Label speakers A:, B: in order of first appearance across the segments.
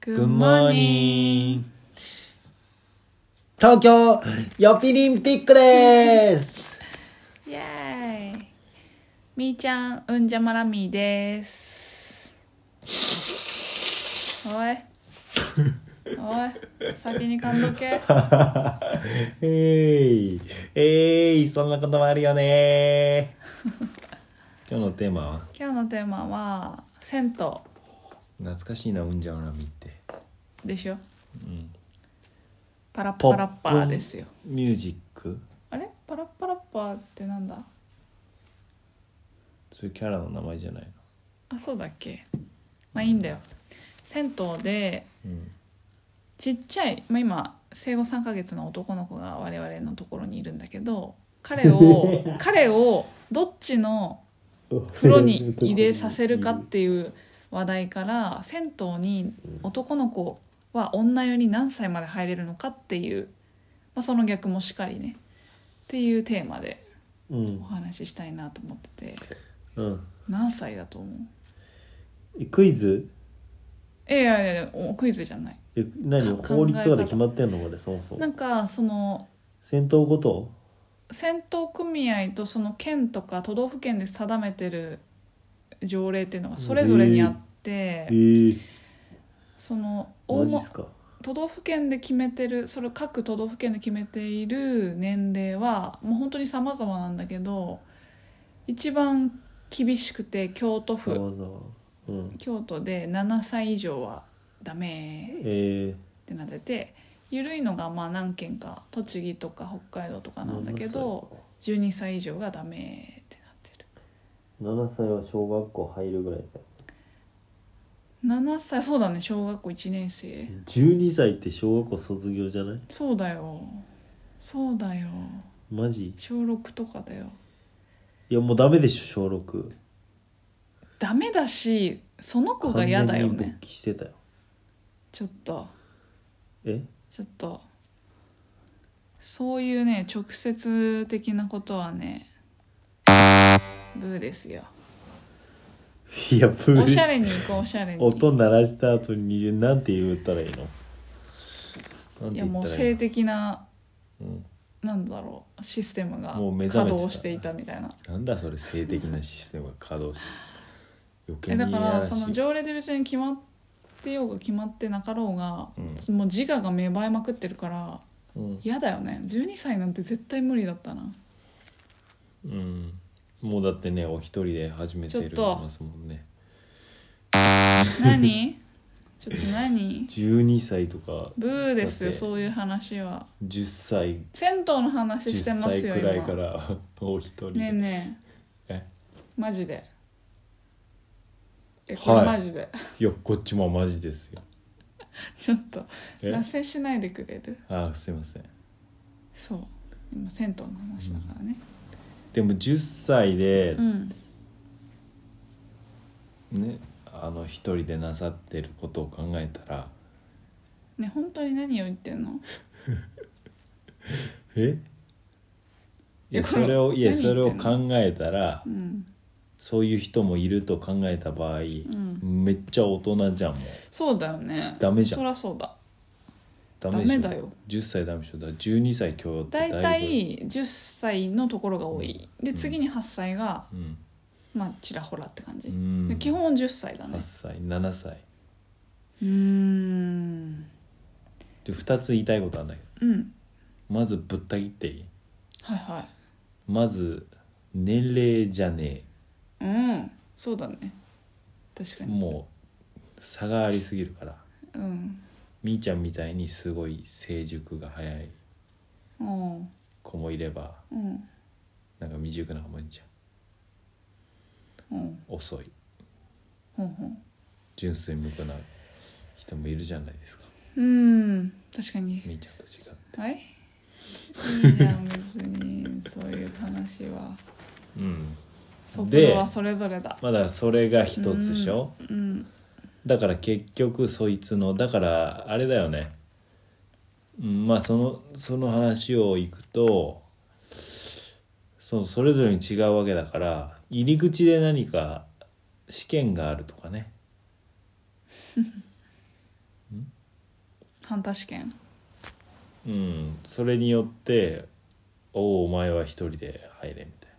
A: Good morning.
B: 東京ヨピリンピックです
A: イエーイみーちゃんうんじゃまらみーですお いおい先に噛んどけ
B: えいえいそんなこともあるよね 今日のテーマは
A: 今日のテーマは銭
B: 懐かしいなうんじゃうなみって、
A: 湯でしょ
B: うん、
A: パラッパラッパーですよ
B: ミュージック
A: あれパラッパラッパーってなんだ
B: そういうキャラの名前じゃない
A: あそうだっけまあいいんだよ銭湯で
B: の、うん、
A: ちっちゃい、まあ、今生後3ヶ月の男の子が我々のところにいるんだけど彼を彼をどっちの 風呂に入れさせるかっていう話題から銭湯に男の子は女湯に何歳まで入れるのかっていう、まあ、その逆もしっかりねっていうテーマで
B: うん
A: お話ししたいなと思ってて
B: うん
A: 何歳だと思う
B: クイズ
A: えいやいやいやおクイズじゃない
B: え何
A: か
B: 法律とかで決まってんのこれそもそ
A: な
B: も
A: んかその
B: 戦闘ごと
A: 戦闘組合とその県とか都道府県で定めてる条例っていうのがそれぞれにあって、
B: えー、
A: その大
B: マジっ
A: も
B: すか
A: 都道府県で決めてるそれ各都道府県で決めている年齢はもう本当に様々なんだけど一番厳しくて京都
B: ざ
A: 府
B: わざわうん
A: 京都で7歳以上はダメ
B: え
A: ってなってて緩いのがまあ何県か栃木とか北海道と
B: ー、
A: かなんだけど12歳以上がダメってなってる。
B: 7歳は小学校入るぐらいだよ
A: 7歳そうだね小学校1年生
B: 12歳って小学校卒業じゃない
A: そうだよそうだよ
B: マジ
A: 小6とかだよ
B: いやもうダメでしょ小6
A: ダメだしその子が
B: 完
A: 嫌
B: 全
A: だよ
B: に
A: ね
B: 勃起してたよ
A: ちょっと
B: え
A: ちょっとそういうね直接的なことはねブーですよ
B: いやプー
A: おしゃ
B: ル
A: れに行こうおしゃれに
B: 音鳴らした後に20なんて言ったらいいのなん
A: い
B: て
A: や
B: 言
A: も
B: っ
A: う
B: たらい
A: 性
B: いの
A: 的な
B: うん
A: なんだろうシステムが
B: もう目
A: 稼
B: 覚めて
A: 働
B: た
A: していたみたいな
B: なんだそれ性的なシステムが稼働してる
A: え
B: 余計
A: だ
B: に
A: か
B: や
A: ら
B: らし
A: その条例で別に決まってようが決まってなかろうが、
B: う
A: もう自我が芽生えまくってるから
B: うん、
A: 嫌だよね12歳なんて絶対無理だった な
B: うん、もうだってねお一人で始めて
A: ちょっ
B: る
A: と
B: ますもんね
A: 何ちょっと何
B: 12歳とか
A: ブーですよ
B: だって
A: そういう話は
B: 10歳
A: 銭湯の話して
B: 10
A: ます
B: 歳
A: よ
B: く
A: 今
B: らい
A: ね
B: から お一人で、
A: えねえ
B: え
A: マジでえこれ
B: はい
A: マジで、
B: いやこっちもマジですよ
A: ちょっと
B: え
A: 脱線しないでくれる
B: あすいません
A: そう今銭湯の話だからね
B: でも10歳で
A: う、ん
B: ねあの一人でなさってることを考えたら
A: ね本当に何を言ってんの
B: えいや
A: えこ
B: そ
A: れ
B: れをいや
A: 何
B: それ
A: 言っ
B: を
A: てんの
B: 考えたら
A: うん
B: そういう人もいると考えた場合、
A: ん
B: めっちゃ大人じゃんもう
A: そうだよね
B: ダメじゃん
A: そりゃそうだ
B: ダメでしょ
A: ダメだよ
B: 10歳ダメでしょだから12歳今日って
A: 大
B: ぶ
A: 体10歳のところが多いで次に8歳が
B: うん、
A: まあちらほらって感じ、
B: うん
A: で基本10歳だね
B: 8歳7歳
A: うーん
B: で2つ言いたいことあるんだけど
A: うん
B: まずぶった切っていい
A: はいは
B: まず年齢じゃね
A: いうんそうだね確か
B: え
A: に
B: もう差がありすぎるから
A: うん
B: みーちゃんみたいにすごい成熟が早い
A: うん
B: 子もいれば
A: うん
B: なんか未熟な子もいるじゃん
A: うん
B: 遅い
A: ほんほん
B: 純粋無垢な人もいるじゃないですか
A: うん確かに
B: みーちゃんと違う
A: はいいいじゃん別にそういう話は
B: うん
A: 速
B: で
A: 度はそれぞれだ
B: まあだからそれが一つでしょ
A: うん
B: だから結局そいつのだからあれだよねうんまあそのその話をいくとそうそれぞれに違うわけだから入り口で何か試験があるとかねん
A: 三多試験
B: うんそれによって「おおお前は一人で入れ」みたいな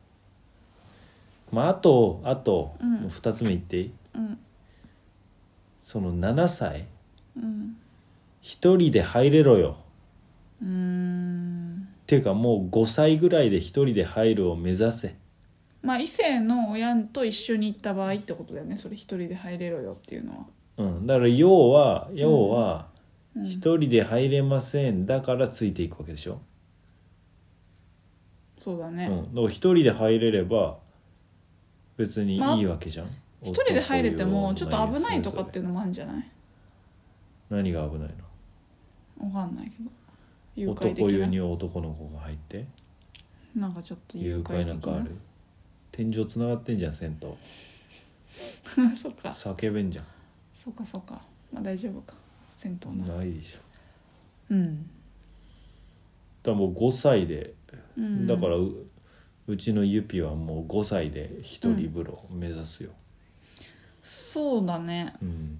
B: まああとあと、
A: うん
B: もう2つ目言っていい
A: うん
B: その7歳
A: うん
B: 一人で入れろよ
A: うーん
B: っていうかもう5歳ぐらいで一人で入るを目指せ
A: まあ異性の親と一緒に行った場合ってことだよねそれ一人で入れろよっていうのは、
B: うんだから要は要は
A: うん
B: 一人で入れませんだからついていくわけでしょ
A: そうだ
B: う
A: ね、
B: んだから一人で入れれば別にいいわけじゃん
A: 一人で入れてもちょっと危ないとかっ
B: 男
A: ていうのもあるんじゃない
B: 女優それぞれ何が危ないの
A: わかんないけど誘拐的
B: 男
A: な
B: 湯に男の子が入って
A: なんかちょっと
B: 誘拐なんかある天井つながってんじゃん銭湯
A: る そっか
B: 叫べんじゃん
A: そっかそっかまあ大丈夫か銭湯なら
B: ないでしょ
A: うん、
B: だからもう5歳で
A: うん、
B: だからううちのゆぴはもう5歳で一人風呂を目指すよ、
A: そうだね
B: うん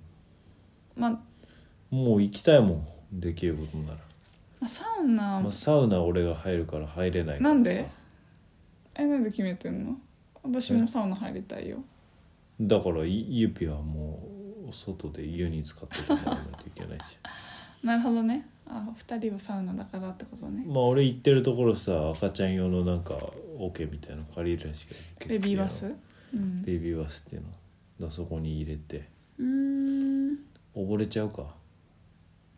A: まあ
B: もう行きたいもんできることなら、
A: まあサウナ、
B: まあ、サウナ俺が入るから入れないから
A: な
B: さ
A: んでえなんで決めてんの私もサウナ入りたいよ
B: だからいゆぴはもう外で湯に浸かってもらわないとい けないし
A: なるほどねあ二人はサウナだからってことね
B: まあ俺行ってるところさ赤ちゃん用のなんかオケみたいなの借りるらしいけど結構
A: ベビーバスうん
B: ベビーバスっていうのだからそこに入れて
A: うーん
B: 溺れちゃうか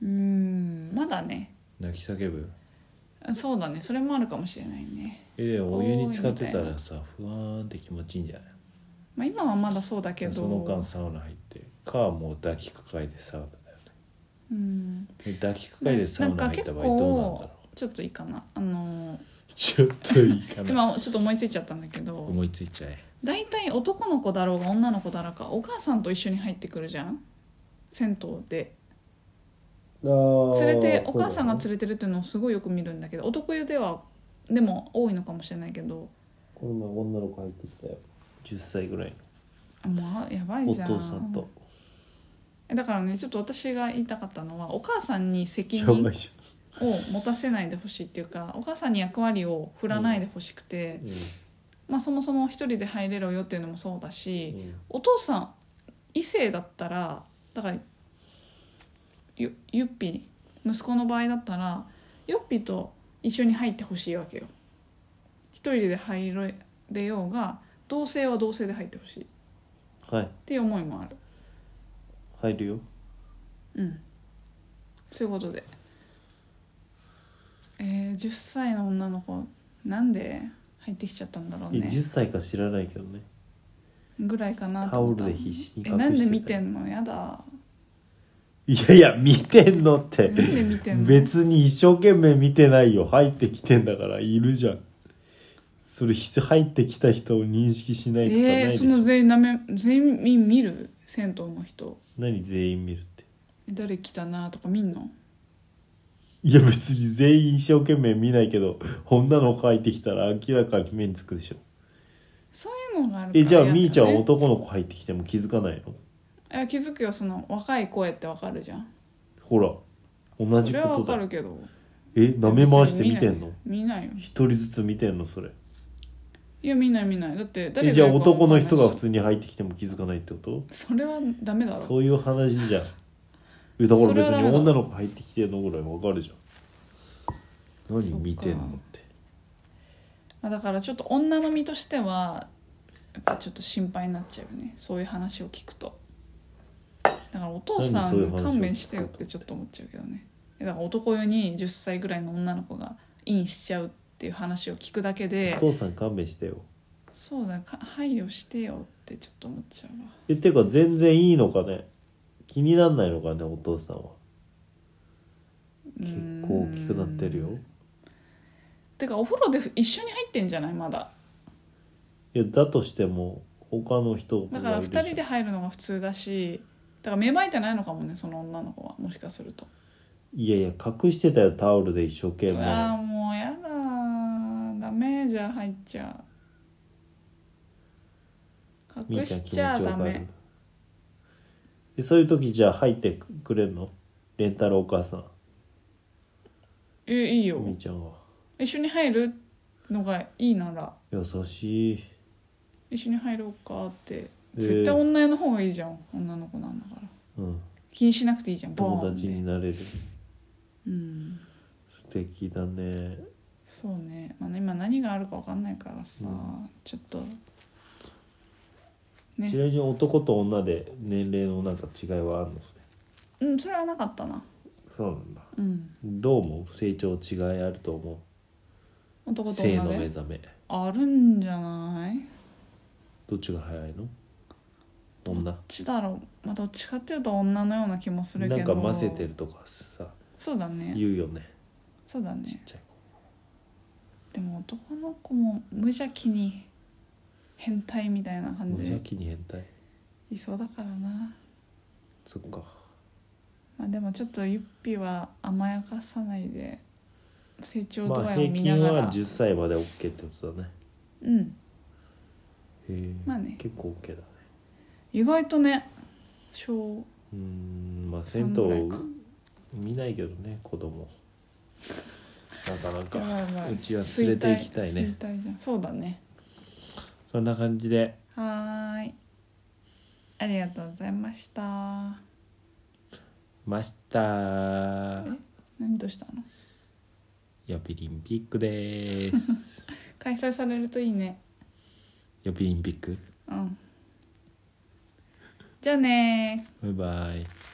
A: うーんまだね
B: 泣き叫ぶ
A: あそうだねそれもあるかもしれないね
B: えでもお湯に浸かってた
A: おーみたい
B: らさふわーんって気持ちいいんじゃない
A: まあ今はまだそうだけど
B: その間サウナ入ってかもう抱きかかえてサウナだよ
A: うん
B: ねで抱きかかえてサウナ入った場合どうなんだろう
A: ちょっといいかなあのー
B: ちょっといいかな
A: 今ちょっと思いついちゃったんだけど
B: 思いついちゃえ
A: 大体男の子だろうが女の子だろうがお母さんと一緒に入ってくるじゃん銭湯で連れ
C: 連
A: てお母さんが連れてるっていうのをすごいよく見るんだけど男湯ではでも多いのかもしれないけど
C: この前女の子入ってきたよ
B: 10歳ぐらい
A: あまあやば
B: の
A: い
B: お
A: じゃん
B: 父さんと
A: だからねちょっと私が言いたかったのはお母さんに責
B: や
A: 任
B: ばいじ
A: を持たせないでほしいっていうかお母さんに役割を振らないでほしく
B: ゃ
A: て
B: ん、、うん
A: まあ、そもそも一人で入れろよっていうのもそうだし、
B: うん
A: お父さん異性だったらだからゆゆっぴ息子の場合だったらゆっぴと一緒に入ってほしいわけよ一人で入れようが同性は同性で入ってほしいっ
B: はい
A: ていう思いもある
B: 入るよ
A: うんそういうことでえー、10歳の女の子なんで入ってきちゃったんだろう
B: え
A: ね
B: 10歳か知らないけどね
A: ぐらいかな
B: タ
A: と
B: オ
A: 思っ
B: ル
A: た
B: で必死に隠して
A: え
B: た
A: なんで見てんのやだ
B: いやいや見てんのっ
A: な
B: て
A: んで見てんの
B: 別に一生懸命見てないよ入ってきてんだからいるじゃんそれひ入ってきた人を認識しないとかない
A: え
B: で
A: ー、
B: し
A: そ
B: ょ、
A: の全員なめ全員見る銭湯の人
B: 何全員見るって
A: え誰来たなとか見んの
B: いや別に全員一生懸命見ないけど女の子入ってきたら明らかに目につくでしょ
A: そういうのがあるから
B: えじゃあ
A: 嫌だよね
B: みーちゃんは男の子入ってきても気づかないの
A: いや気づくよその若い声ってわかるじゃん
B: ほら同
A: そ
B: じ
A: れは
B: こ
A: わ
B: と
A: か
B: だ
A: るけど
B: え舐め回して見てんの
A: 見ないよ
B: 一人ずつ見てんのそれ
A: いや見ない見ないだって誰
B: え
A: が
B: じゃあ
A: やるかわか
B: 男
A: んな
B: の
A: いし
B: 人が普通に入ってきても気づかないってこと
A: それはダメだろ
B: そういう話じゃんえだから
A: それ
B: 別
A: はダ
B: に
A: メだ
B: 女の子入ってきてんのぐらいわかるじゃん何
A: そっか
B: 見てんのって
A: まあだからちょっと女の身としてはやっぱちょっと心配になっちゃうよねそういう話を聞くとだからお父さ
B: なんでそういう
A: ん
B: 話を聞くと
A: 勘弁してよってちょっと思っちゃうけどねえだから男湯に10歳ぐらいの女の子がインしちゃうっていう話を聞くだけで
B: お父さん勘弁してよ
A: そうだか配慮してよってちょっと思っちゃうわ
B: えてか全然いいのかね気になんないのかねお父さんは結構大きくなってるよ
A: てかお風呂で一緒に入ってんじゃないまだ
B: いやだとしても他の人
A: だから
B: いる
A: 2
B: じゃ
A: 人
B: ん
A: で入るのが普通だしだから芽生えてないのかもねその女の子はもしかすると
B: いやいや隠してたよタオルで一生懸
A: うわあ
B: 命
A: もうやだーダメじゃあ入っちゃう
B: み
A: 隠
B: ーちゃ
A: し
B: ん気持ち
A: ちゃダ
B: わか
A: メ
B: るえそういう時じゃあ入ってくれんのレンタルお母さん
A: えいいよ
B: みーちゃんが
A: 一緒に入るのがいいなら
B: 優しい
A: 一緒に入ろうかって
B: えー
A: 絶対女の方がいいじゃん女の子なんだから
B: うん
A: 気にしなくていいじゃんボ
B: 友
A: ーンっ
B: 達に
A: て
B: なれる
A: うん
B: 素敵だね
A: そうね、まあ、今何があるか分かんないからさ、
B: うん
A: ちょっとね
B: ちなみに男と女で年齢のなんか違いはあるのそれ
A: うんそれはなかったな
B: そうなんだ
A: うん
B: どうも成長違いあると思う
A: 男と
B: 性
A: 女
B: の目
A: で
B: 覚め
A: あるんじゃないどっ
B: どっちが早いの女
A: ちだろう、まあ、どっちかっていうと女のような気もするけど
B: なんか混ぜてるとかさ
A: そうだね
B: 言うよね
A: そうだね
B: ちっちゃい
A: で
B: 子
A: も男の子も無邪気に変態みたいな感
B: 無
A: じ
B: 邪
A: で
B: 気に変態
A: いそうだからな
B: そっか
A: まあでもちょっとゆっぴは甘やかさないで成長度
B: まあ
A: 合いを
B: 平
A: 見な
B: 均
A: がら、
B: は10歳まで OK ってことだね
A: うん
B: へえ、
A: まあね
B: 結構 OK だね
A: 意外とね小
B: うーんまあ
A: 3
B: 銭
A: ぐらいか
B: 湯見ないけどね子供なかな
A: やばい
B: か
A: やばいう
B: ちは連れて行きたいね
A: 衰退衰退じゃんそうだね
B: そんな感じで
A: はーいありがとうございました
B: ました
A: 何どうしたの
B: ヨピリンピックでーす
A: 開催されるといいね
B: ヨピリンピック
A: うんじゃあねー
B: バイバイ